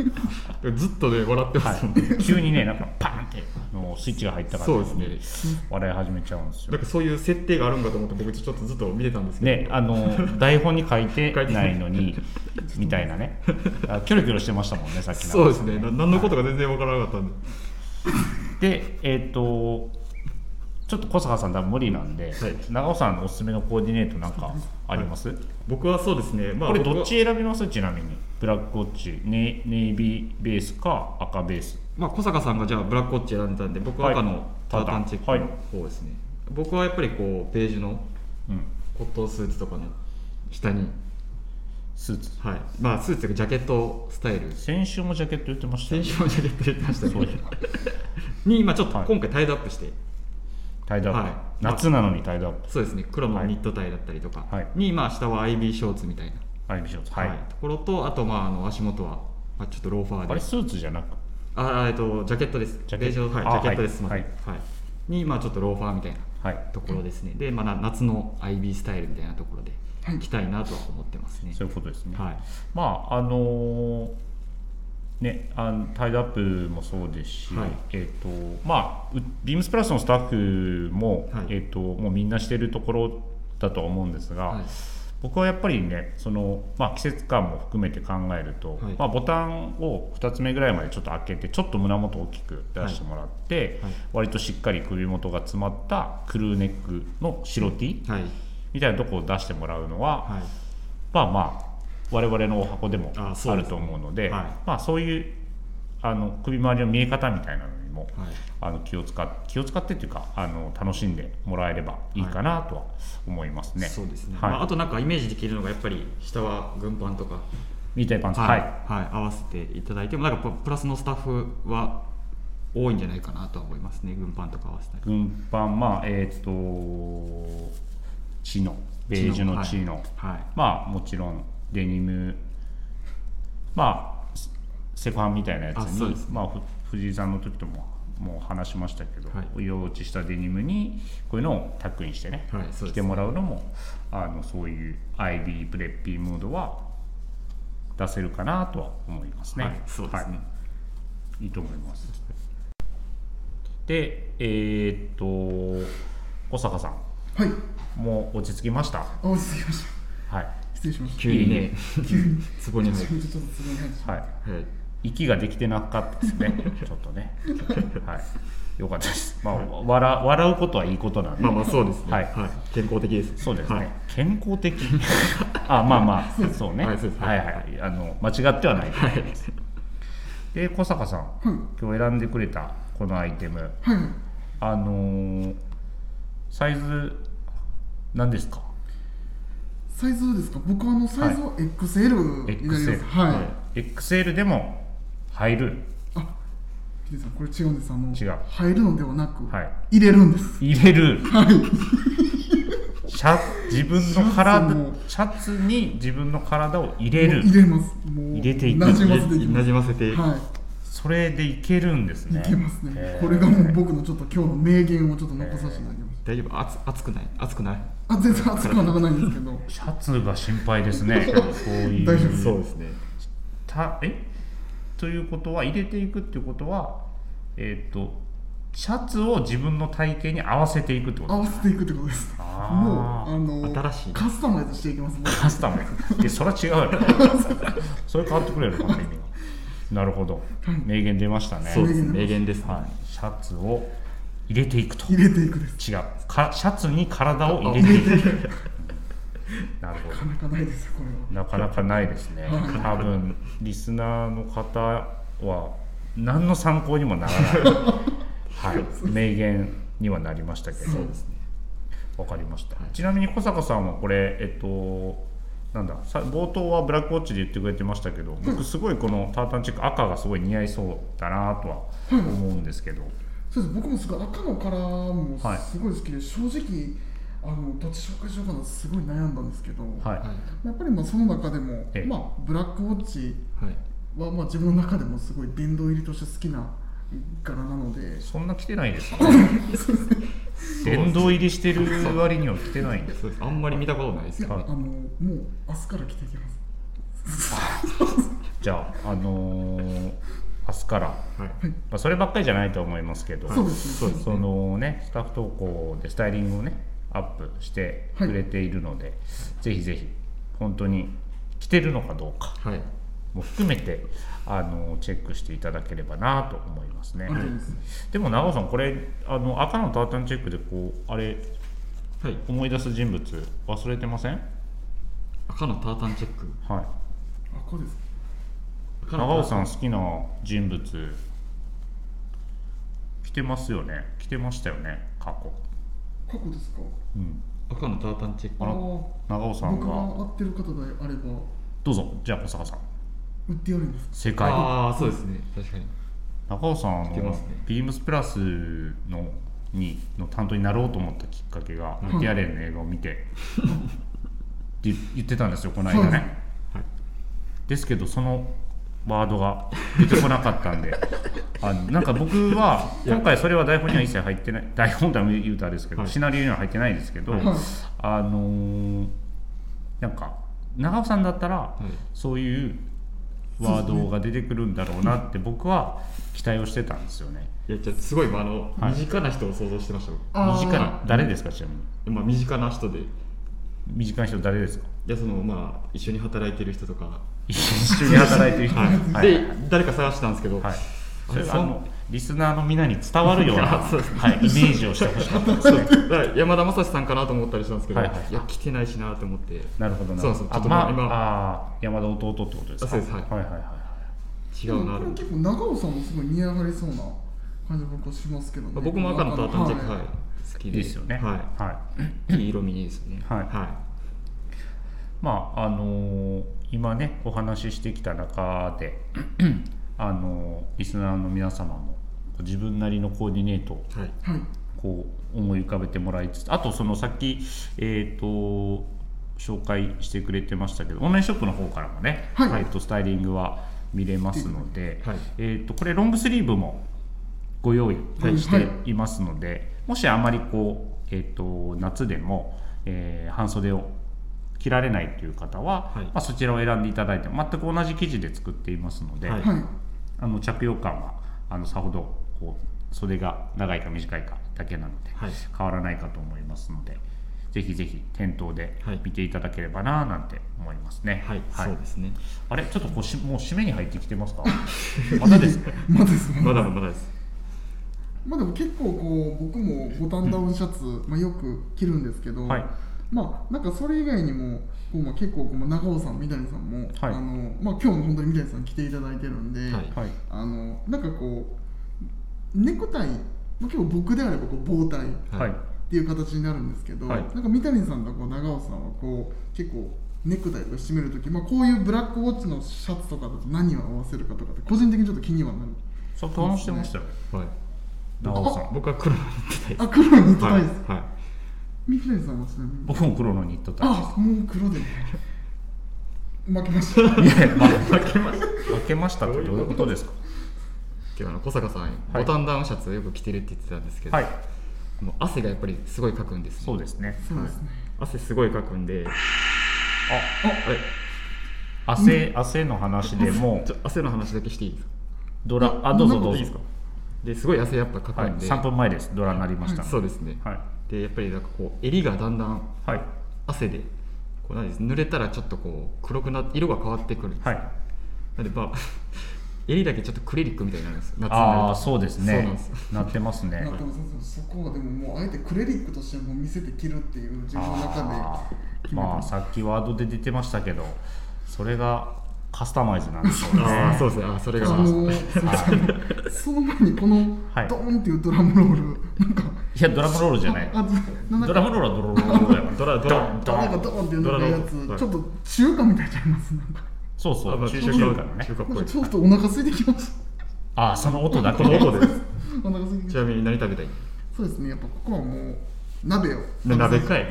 [SPEAKER 2] ずっとね笑ってます、
[SPEAKER 1] い、急にねなんかパーンってあのスイッチが入ったから
[SPEAKER 2] そうですね
[SPEAKER 1] 笑い始めちゃうんです
[SPEAKER 2] な
[SPEAKER 1] よ
[SPEAKER 2] んかそういう設定があるんかと思って僕ちょっとずっと見てたんですけ
[SPEAKER 1] ね
[SPEAKER 2] ど、
[SPEAKER 1] あの台本に書いてないのにみたいなねあキョロキョロしてましたもんねさっきの
[SPEAKER 2] そうですねな何のことか全然わからなかったんで、
[SPEAKER 1] でえっ、とちょっと小坂さん多分無理なんで、
[SPEAKER 2] はい
[SPEAKER 1] 長尾さんのおすすめのコーディネートなんかあります、
[SPEAKER 2] 僕はそうですねまあ
[SPEAKER 1] これ
[SPEAKER 2] 僕は
[SPEAKER 1] どっち選びますちなみにブラックウォッチネイネイビーベースか赤ベース
[SPEAKER 2] まあ、小坂さんがじゃあブラックウォッチ選んでたんで僕は
[SPEAKER 1] はい
[SPEAKER 2] 赤のタータンチェック
[SPEAKER 1] はい
[SPEAKER 2] の方ですね、僕はやっぱりこうベージュの
[SPEAKER 1] うん
[SPEAKER 2] コットンスーツとかの下に、
[SPEAKER 1] スーツ
[SPEAKER 2] はいまあ、スーツというかジャケットスタイル
[SPEAKER 1] 先週もジャケット言ってましたよ
[SPEAKER 2] 先
[SPEAKER 1] ね
[SPEAKER 2] 週もジャケット言ってました
[SPEAKER 1] そう
[SPEAKER 2] ねに今ちょっと
[SPEAKER 1] はい
[SPEAKER 2] 今回タイドアップして、
[SPEAKER 1] タイドアップ、
[SPEAKER 2] はい
[SPEAKER 1] 夏なのにタイドアップ
[SPEAKER 2] そうですね黒のニットタイだったりとか
[SPEAKER 1] はい
[SPEAKER 2] に、まあ、下は IB ショーツみたいな、
[SPEAKER 1] アイビーショーツはい、
[SPEAKER 2] ところとあとまああの足元は、まあ、ちょっとローファーで
[SPEAKER 1] あれスーツじゃなく
[SPEAKER 2] ああえっとジャケットです
[SPEAKER 1] ジャケッ
[SPEAKER 2] ベー
[SPEAKER 1] ト
[SPEAKER 2] ジュの、はい、ジ
[SPEAKER 1] あ
[SPEAKER 2] ャケットです、
[SPEAKER 1] はい
[SPEAKER 2] すいませんはいにまあちょっとローファーみたいな
[SPEAKER 1] はい
[SPEAKER 2] ところですね、で、まあ、な夏の IB スタイルみたいなところで
[SPEAKER 3] はい
[SPEAKER 2] 行きたいなとは思ってますね。
[SPEAKER 1] そういうことですね、
[SPEAKER 2] はい
[SPEAKER 1] まああのーね、あのタイドアップもそうですし、
[SPEAKER 2] はい
[SPEAKER 1] えっとまあ、うビームスプラスのスタッフも、
[SPEAKER 2] はい
[SPEAKER 1] えっともうみんなしてるところだとは思うんですが、
[SPEAKER 2] はい
[SPEAKER 1] 僕はやっぱりねその、まあ、季節感も含めて考えると、
[SPEAKER 2] はい
[SPEAKER 1] まあ、ボタンを2つ目ぐらいまでちょっと開けてちょっと胸元を大きく出してもらって、
[SPEAKER 2] はいはい
[SPEAKER 1] 割としっかり首元が詰まったクルーネックの白 T
[SPEAKER 2] はい
[SPEAKER 1] みたいなとこを出してもらうのは、
[SPEAKER 2] はい
[SPEAKER 1] まあまあ我々のお箱でも
[SPEAKER 2] あそ
[SPEAKER 1] あ
[SPEAKER 2] うで
[SPEAKER 1] る
[SPEAKER 2] す
[SPEAKER 1] と思うので
[SPEAKER 2] はい
[SPEAKER 1] まあ、そういうあの首周りの見え方みたいなのにも、
[SPEAKER 2] はい
[SPEAKER 1] あの気を使っ気を使ってっていうかあの楽しんでもらえればいいかなとは思いますね。
[SPEAKER 2] そうですね、
[SPEAKER 1] はい
[SPEAKER 2] まあ、あとなんかイメージできるのがやっぱり下は軍パンとか
[SPEAKER 1] みたいな感じはい、
[SPEAKER 2] はい合わせていただいてもなんかプラスのスタッフは多いんじゃないかなとは思いますね軍パンとか合わせたり
[SPEAKER 1] 軍パンまあえっ、とチノベージュのチノ、
[SPEAKER 2] はい、
[SPEAKER 1] まあもちろんデニムまあセセファンみたいなやつ
[SPEAKER 2] あそう
[SPEAKER 1] に、
[SPEAKER 2] ですね
[SPEAKER 1] まあ、ふ藤井さんの時とももう話しましたけど、
[SPEAKER 2] はい
[SPEAKER 1] お色落ちしたデニムにこういうのをタックインしてね、
[SPEAKER 2] はいそうです
[SPEAKER 1] 着てもらうのもあのそういう ID プレッピームードは出せるかなとは思いますね。
[SPEAKER 2] はいそうですね
[SPEAKER 1] はい、いいと思います。でえーっと小坂さ
[SPEAKER 3] はい
[SPEAKER 1] んもう落ち着きました。
[SPEAKER 3] あ落ち着きました
[SPEAKER 1] はい
[SPEAKER 3] 失礼しました
[SPEAKER 2] 急に ね壺に入
[SPEAKER 3] ちょ
[SPEAKER 2] る
[SPEAKER 3] っとすごい話
[SPEAKER 1] はい
[SPEAKER 2] はい
[SPEAKER 1] 息ができてなかったですね、ちょっとね。はい、よかったです。まあ、笑笑うことはいいことなんで、
[SPEAKER 2] まあまあそうですね
[SPEAKER 1] はい
[SPEAKER 2] 健康的です
[SPEAKER 1] そうですね、
[SPEAKER 2] はい
[SPEAKER 1] 健康 的。あ、まあまあ、そうね、は
[SPEAKER 2] はいいそうです
[SPEAKER 1] はい、あの、間違ってはないと思います。で、小坂さん、今日選んでくれたこのアイテム、
[SPEAKER 3] はいはい
[SPEAKER 1] あのーサイズ。何ですか。
[SPEAKER 3] サイズですか僕あのサイズは XL になります
[SPEAKER 1] XL
[SPEAKER 3] はい、
[SPEAKER 1] XL でも入る。
[SPEAKER 3] あヒデさんこれ違うんですあの
[SPEAKER 1] 違う
[SPEAKER 3] 入るのではなく、
[SPEAKER 1] はい
[SPEAKER 3] 入れるんです
[SPEAKER 1] 入れる。
[SPEAKER 3] はい
[SPEAKER 1] シャ自分の体
[SPEAKER 3] シャツも
[SPEAKER 1] シャツに自分の体を入れる
[SPEAKER 3] 入れますもう
[SPEAKER 1] 入れていく
[SPEAKER 3] なじませていきま
[SPEAKER 2] な
[SPEAKER 3] す
[SPEAKER 2] じませて、
[SPEAKER 3] は
[SPEAKER 1] それでいけるんです
[SPEAKER 3] い
[SPEAKER 1] ね
[SPEAKER 3] いけますね、
[SPEAKER 1] へー
[SPEAKER 3] これがもう僕のちょっと今日の名言をちょっと残させていただきまし
[SPEAKER 2] 大丈夫熱熱くない熱くない
[SPEAKER 3] た、あ全然熱くはならないんですけど
[SPEAKER 1] シャツが心配です ねこういう
[SPEAKER 3] 大丈夫
[SPEAKER 2] そうですね
[SPEAKER 1] たえということは入れていくっていうことはえーっ、とシャツを自分の体型に合わせていくってこと
[SPEAKER 3] 合わせていくってことですもう
[SPEAKER 1] あー
[SPEAKER 3] あの
[SPEAKER 2] 新しい
[SPEAKER 3] カスタマイズしていきます僕
[SPEAKER 1] カスタ ムでそれは違うよそれ変わってくれるかな意味がなるほど名言出ましたね
[SPEAKER 2] そうです
[SPEAKER 3] 名言
[SPEAKER 2] 名言ですね、
[SPEAKER 1] はい、シャツを入れていくと
[SPEAKER 3] 入れていくです
[SPEAKER 1] 違うかシャツに体を入れていくなるほ
[SPEAKER 3] なかなかないですよこれは
[SPEAKER 1] どなかなかないですね多分リスナーの方は何の参考にもならない、はい、名言にはなりましたけど
[SPEAKER 2] そうですね
[SPEAKER 1] わかりました、
[SPEAKER 2] はい
[SPEAKER 1] ちなみに小坂さんはこれえっとなんださ冒頭はブラックウォッチで言ってくれてましたけど僕すごいこのタータンチェック赤がすごい似合いそうだなとは思うんですけど、
[SPEAKER 3] そうです僕もすごい赤のカラーも
[SPEAKER 1] はい
[SPEAKER 3] すごい好きで、正直あのどっち紹介しようかなってすごい悩んだんですけど、
[SPEAKER 1] はい、
[SPEAKER 2] はい
[SPEAKER 3] やっぱりまあその中でも
[SPEAKER 1] ええ、
[SPEAKER 3] まあ、ブラックウォッチ
[SPEAKER 2] はい
[SPEAKER 3] はまあ自分の中でもすごい殿堂入りとして好きな柄なので
[SPEAKER 1] そんな着てないですね
[SPEAKER 3] そうですね
[SPEAKER 1] 殿堂入りしてる割には着てないんです
[SPEAKER 2] そうですあんまり見たことないです
[SPEAKER 3] いや
[SPEAKER 2] よ
[SPEAKER 3] あ
[SPEAKER 1] はい
[SPEAKER 3] のもう明日から着ていきます
[SPEAKER 1] じゃあ、あのー明日から、ま
[SPEAKER 2] はい
[SPEAKER 1] あ、そればっかりじゃないと思いますけど、
[SPEAKER 3] そうですね
[SPEAKER 1] そのね、スタッフ投稿でスタイリングをね、アップしてくれているので、ぜひぜひ、本当に着てるのかどうか
[SPEAKER 2] はい
[SPEAKER 1] も含めて、あのーチェックしていただければなと思いますね。
[SPEAKER 3] ありがとうございま
[SPEAKER 1] でも長尾さん、これあの赤のタータンチェックでこうあれ
[SPEAKER 2] はい
[SPEAKER 1] 思い出す人物忘れてません？
[SPEAKER 2] 赤のタータンチェック
[SPEAKER 1] はい。
[SPEAKER 3] 赤です
[SPEAKER 2] 赤の
[SPEAKER 1] 長尾
[SPEAKER 2] ター
[SPEAKER 1] さん好きな人物来てますよね来てましたよね過去、
[SPEAKER 3] 過去ですか
[SPEAKER 1] うん、
[SPEAKER 2] 赤のタータンチェック
[SPEAKER 1] あら長尾さん
[SPEAKER 3] 僕が
[SPEAKER 1] が
[SPEAKER 3] 合ってる方であれば
[SPEAKER 1] どうぞじゃあ小坂さん
[SPEAKER 3] 売ってやるんです
[SPEAKER 1] 正解
[SPEAKER 2] ああそうですね確かに
[SPEAKER 1] 長尾さんあの、
[SPEAKER 2] 来てますね
[SPEAKER 1] ビームスプラスのにの担当になろうと思ったきっかけが「ディアレン」の映画を見 てって言ってたんですよこの間
[SPEAKER 3] そうです
[SPEAKER 1] ね
[SPEAKER 2] はい
[SPEAKER 1] ですけどそのワードが出てこなかったん であのなんか僕は今回それは台本には一切入ってない台本とは言うとあれですけど、
[SPEAKER 2] はい
[SPEAKER 1] シナリオには入ってないですけど、
[SPEAKER 2] はい
[SPEAKER 1] あのーなんか長尾さんだったら、そういうワードが出てくるんだろうなって僕は期待をしてたんですよね。
[SPEAKER 2] いやじゃあすごい、まあ、あの、
[SPEAKER 1] はい
[SPEAKER 2] 身近な人を想像してました僕
[SPEAKER 3] あー
[SPEAKER 1] 身近な誰ですかちなみに。
[SPEAKER 2] まあ、身近な人で
[SPEAKER 1] 身近な人誰ですか
[SPEAKER 2] いやそのまあ一緒に働いてる人とか、
[SPEAKER 1] 一緒に働いてる人
[SPEAKER 2] はい
[SPEAKER 1] はい
[SPEAKER 2] で誰か探したんですけど、
[SPEAKER 1] はい、
[SPEAKER 2] あ
[SPEAKER 1] そ
[SPEAKER 2] れ
[SPEAKER 1] れ
[SPEAKER 2] そ
[SPEAKER 1] あのリスナーのみんなに伝わるような、
[SPEAKER 2] あそうです
[SPEAKER 1] はい、イメージをしてほしかったです。
[SPEAKER 2] そうだから山田雅史さんかなと思ったりしたんですけど、
[SPEAKER 1] はい
[SPEAKER 2] い
[SPEAKER 1] はい
[SPEAKER 2] や来てないしなと思って
[SPEAKER 1] なるほどな
[SPEAKER 2] そうそうちょ
[SPEAKER 1] あ
[SPEAKER 2] っと
[SPEAKER 1] まあ、
[SPEAKER 2] 今
[SPEAKER 1] あー山田弟ってことですか
[SPEAKER 2] あそうですはい
[SPEAKER 1] はいはいはい
[SPEAKER 2] 違うな
[SPEAKER 3] でもこれ
[SPEAKER 2] と
[SPEAKER 3] 結構長尾さんもすごい似合われそうな感じ僕はしますけどね
[SPEAKER 2] 僕も赤のタータンチェック、
[SPEAKER 3] は
[SPEAKER 2] はいい、好き
[SPEAKER 1] いい
[SPEAKER 2] で
[SPEAKER 1] ですよね
[SPEAKER 2] は
[SPEAKER 1] はい
[SPEAKER 2] い、いい色味ですよね
[SPEAKER 1] はいまああのー今ねお話ししてきた中で あのーリスナーの皆様も自分なりのコーディネートを
[SPEAKER 2] はい
[SPEAKER 3] はい、
[SPEAKER 1] こう思い浮かべてもらいつつあとそのさっきえっ、と紹介してくれてましたけどオンラインショップの方からもね、
[SPEAKER 3] はい
[SPEAKER 1] えーとスタイリングは見れますので、
[SPEAKER 2] はい
[SPEAKER 1] えー、とこれロングスリーブもご用意
[SPEAKER 3] はい
[SPEAKER 1] していますので、もしあまりこう、えー、と夏でも、えー半袖を着られないという方は、
[SPEAKER 2] はい
[SPEAKER 1] まあ、そちらを選んでいただいても全く同じ生地で作っていますので、
[SPEAKER 2] はい
[SPEAKER 3] はい、
[SPEAKER 1] あの着用感はあのさほどこう袖が長いか短いかだけなので、
[SPEAKER 2] はい
[SPEAKER 1] 変わらないかと思いますのでぜひぜひ店頭で
[SPEAKER 2] はい
[SPEAKER 1] 見ていただければななんて思いますね。
[SPEAKER 2] はい、そうですね
[SPEAKER 1] あれちょっとこうしもう締めに入ってきてますか まだですね。
[SPEAKER 3] まあですね
[SPEAKER 2] まだまだです
[SPEAKER 3] まあでも結構こう僕もボタンダウンシャツ、まあ、よく着るんですけど、
[SPEAKER 1] はい
[SPEAKER 3] まあなんかそれ以外にもこう、まあ、結構こう、まあ、中尾さん三谷さんも、
[SPEAKER 1] はい
[SPEAKER 3] あのまあ、今日も本当に三谷さん来ていただいてるんで、
[SPEAKER 2] はい
[SPEAKER 1] はい、
[SPEAKER 3] あのなんかこうネクタイ、まあ、結構僕であればこう棒体っ
[SPEAKER 1] はい
[SPEAKER 3] ていう形になるんですけど、
[SPEAKER 1] はい
[SPEAKER 3] なんか三谷さんとこう長尾さんはこう結構ネクタイとか締める時、まあ、こういうブラックウォッチのシャツとかだと何を合わせるかとかって個人的にちょっと気にはなる
[SPEAKER 1] さっき話してましたよ、ね、
[SPEAKER 2] はい
[SPEAKER 1] 長尾さん。
[SPEAKER 2] 僕は黒に行ってたい
[SPEAKER 3] あ黒のニット
[SPEAKER 2] は
[SPEAKER 3] タ
[SPEAKER 2] い
[SPEAKER 3] イです、
[SPEAKER 2] はい
[SPEAKER 3] 三谷さんはちなみに
[SPEAKER 1] 僕も黒のニットタイ
[SPEAKER 3] あもう黒で負け ました
[SPEAKER 1] いやいや、まあ、負けました。負けましたってどういうことですか。
[SPEAKER 2] 今日あの小坂さん
[SPEAKER 1] はい
[SPEAKER 2] ボタンダウンシャツをよく着てるって言ってたんですけど、
[SPEAKER 1] はい、
[SPEAKER 2] もう汗がやっぱりすごいかくんです、ね、
[SPEAKER 1] そうですね。
[SPEAKER 3] そうですね
[SPEAKER 2] 汗すごいかくんで
[SPEAKER 1] あ、
[SPEAKER 2] あれ
[SPEAKER 1] 汗、汗の話でも
[SPEAKER 2] ちょ
[SPEAKER 1] う、
[SPEAKER 2] 汗の話だけしていいですか
[SPEAKER 1] ドラ、あ、どうぞどう
[SPEAKER 2] いいです
[SPEAKER 1] ぞ
[SPEAKER 2] か。ですごい汗やっぱかく
[SPEAKER 1] はい、
[SPEAKER 2] んで、
[SPEAKER 1] 3分前です、ドラになりましたので
[SPEAKER 2] そうですね、
[SPEAKER 1] はい、
[SPEAKER 2] でやっぱりなんかこう襟がだんだん
[SPEAKER 1] はい、
[SPEAKER 2] 汗でこうなんです濡れたらちょっとこう黒くなって色が変わってくるんです、
[SPEAKER 1] はい、
[SPEAKER 2] なんでまあ 襟だけちょっとクレリックみたいになるんですよ夏になる
[SPEAKER 1] あ
[SPEAKER 2] と
[SPEAKER 1] あ、そうです
[SPEAKER 2] そう
[SPEAKER 1] ね
[SPEAKER 2] なんです、
[SPEAKER 1] なってますね
[SPEAKER 3] まあ、。でもそこはでももうあえてクレリックとしてもう見せて着るっていう自分の中
[SPEAKER 1] あ
[SPEAKER 3] 決め
[SPEAKER 1] ー
[SPEAKER 3] た
[SPEAKER 1] まあ、さっきワードで出てましたけど、それがカスタマイズなんですよ
[SPEAKER 2] あ
[SPEAKER 1] ね。
[SPEAKER 2] ーそうですねあーそ れ
[SPEAKER 3] で
[SPEAKER 2] が
[SPEAKER 3] あのすいませんその前にこの
[SPEAKER 1] はい
[SPEAKER 3] ドーンっていうドラムロールなんか
[SPEAKER 1] いや、ドラムロールじゃない。
[SPEAKER 3] あなん
[SPEAKER 1] ドラ
[SPEAKER 3] か
[SPEAKER 1] ムロールはドラムロールや
[SPEAKER 2] ドラドラ
[SPEAKER 1] ド
[SPEAKER 3] ド
[SPEAKER 1] ン
[SPEAKER 3] ラがドーンっていうのがや
[SPEAKER 2] ドラの
[SPEAKER 3] つ
[SPEAKER 2] はい
[SPEAKER 3] ちょっと中華みたいちゃいますなんか
[SPEAKER 1] そうそ
[SPEAKER 2] あま
[SPEAKER 1] う、
[SPEAKER 2] あ
[SPEAKER 1] 中
[SPEAKER 2] 中
[SPEAKER 1] 華
[SPEAKER 2] 華
[SPEAKER 1] 料理からね
[SPEAKER 2] 中。華っぽい
[SPEAKER 3] なんかちょっとお腹空いてきまし
[SPEAKER 1] ああ、その音だけ
[SPEAKER 2] この
[SPEAKER 1] ね。
[SPEAKER 2] 音です
[SPEAKER 3] たお腹空いてきま
[SPEAKER 2] ち
[SPEAKER 3] し
[SPEAKER 2] なみに何食べたい
[SPEAKER 3] たそうですねやっぱここはもう鍋を
[SPEAKER 2] な鍋かい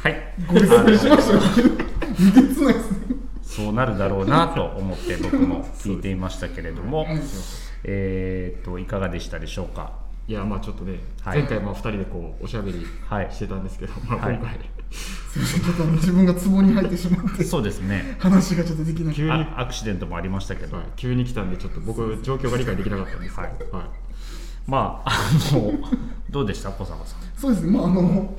[SPEAKER 1] はい。
[SPEAKER 3] ごめんなさいしました よ見てつないですね
[SPEAKER 1] そうなるだろうなと思って僕も聞いていましたけれども、えーっといかがでしたでしょうか。
[SPEAKER 2] いやまあちょっとね、
[SPEAKER 1] はい
[SPEAKER 2] 前回まあ2人でこうおしゃべり
[SPEAKER 1] はい
[SPEAKER 2] してたんですけど、まあ
[SPEAKER 1] はい
[SPEAKER 2] 今回、
[SPEAKER 3] すいませんちょっとあの自分がツボに入ってしまって
[SPEAKER 1] そうですね。
[SPEAKER 3] 話がちょっとできなくて
[SPEAKER 2] 急に、
[SPEAKER 1] あアクシデントもありましたけど、
[SPEAKER 2] はい急に来たんでちょっと僕状況が理解できなかったんですけ
[SPEAKER 1] は
[SPEAKER 2] ど、
[SPEAKER 1] い
[SPEAKER 2] はい
[SPEAKER 1] まああのどうでした小坂さん。
[SPEAKER 3] そうですねまああの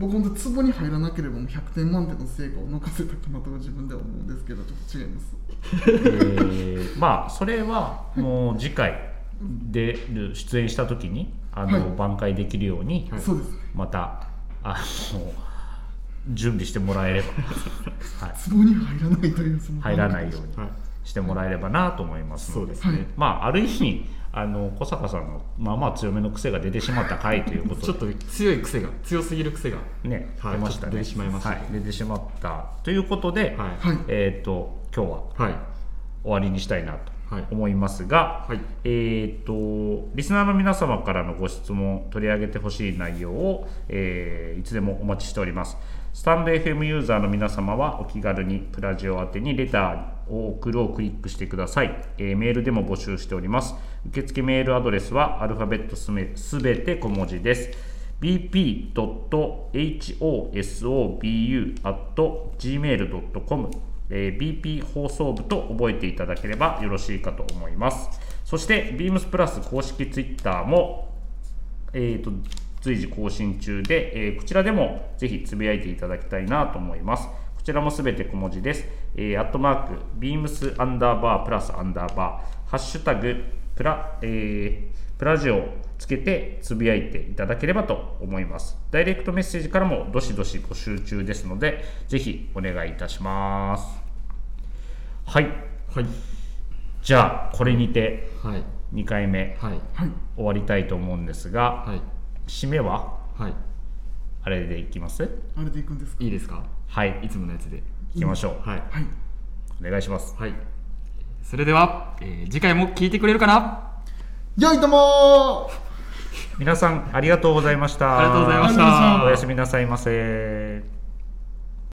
[SPEAKER 3] 僕本当ツボに入らなければもう100点満点の成果を残せたかなと自分では思うんですけどちょっと違います
[SPEAKER 1] えーまあそれはもう次回で出演した時にあの、
[SPEAKER 3] はい
[SPEAKER 1] 挽回できるように、
[SPEAKER 2] はい
[SPEAKER 3] そうですね
[SPEAKER 1] またあの準備してもらえ れば、はい、
[SPEAKER 3] ツボに入らないというその
[SPEAKER 1] 入らないように
[SPEAKER 2] はい
[SPEAKER 1] してもらえればなと思います
[SPEAKER 2] そ
[SPEAKER 1] の
[SPEAKER 2] う
[SPEAKER 1] で
[SPEAKER 2] ですね、
[SPEAKER 1] まあある意味あの小坂さんのまあまあ強めの癖が出てしまった回ということで
[SPEAKER 2] ちょっと強い癖が強すぎる癖が
[SPEAKER 1] ね、
[SPEAKER 2] はい
[SPEAKER 1] 出ましたね
[SPEAKER 2] ちょっと出てしまいました
[SPEAKER 1] はい、出てしまったということで、
[SPEAKER 2] はい
[SPEAKER 3] はい
[SPEAKER 1] えっ、と今日は
[SPEAKER 2] はい
[SPEAKER 1] 終わりにしたいなと
[SPEAKER 2] はい
[SPEAKER 1] 思いますが、
[SPEAKER 2] はい
[SPEAKER 1] えっ、とリスナーの皆様からのご質問取り上げてほしい内容を、えーいつでもお待ちしておりますスタンド FM ユーザーの皆様はお気軽にプラジオ宛てにレターを送るをクリックしてください、えーメールでも募集しております受付メールアドレスはアルファベットすべすべて小文字です bp.hosobu.gmail.com、えー bp 放送部と覚えていただければよろしいかと思います。そして、beams プラス公式 Twitter も、えーと随時更新中で、えーこちらでもぜひつぶやいていただきたいなと思います。こちらもすべて小文字です。えー、アットマーク、ビームスアンダーバープラスアンダーバー、ハッシュタグ、プラ、えープラジオをつけてつぶやいていただければと思います。ダイレクトメッセージからもどしどし募集中ですので、ぜひお願いいたします。はい。
[SPEAKER 2] はい
[SPEAKER 1] じゃあ、これにて
[SPEAKER 2] はい
[SPEAKER 1] 2回目
[SPEAKER 2] はい
[SPEAKER 3] はい
[SPEAKER 1] 終わりたいと思うんですが、
[SPEAKER 2] はい
[SPEAKER 1] 締めは
[SPEAKER 2] はい
[SPEAKER 1] あれでいきます
[SPEAKER 3] あれでいくんですか
[SPEAKER 2] いいですか
[SPEAKER 1] はい、
[SPEAKER 2] いつものやつで
[SPEAKER 1] いきましょう。
[SPEAKER 2] はい
[SPEAKER 3] はい
[SPEAKER 1] お願いします。
[SPEAKER 2] はいそれでは、えー次回も聞いてくれるかな
[SPEAKER 3] よいともー
[SPEAKER 1] 皆さん、ありがとうございました。
[SPEAKER 2] ありがとうございまし
[SPEAKER 3] ありがとうございました
[SPEAKER 1] おやすみなさいませ。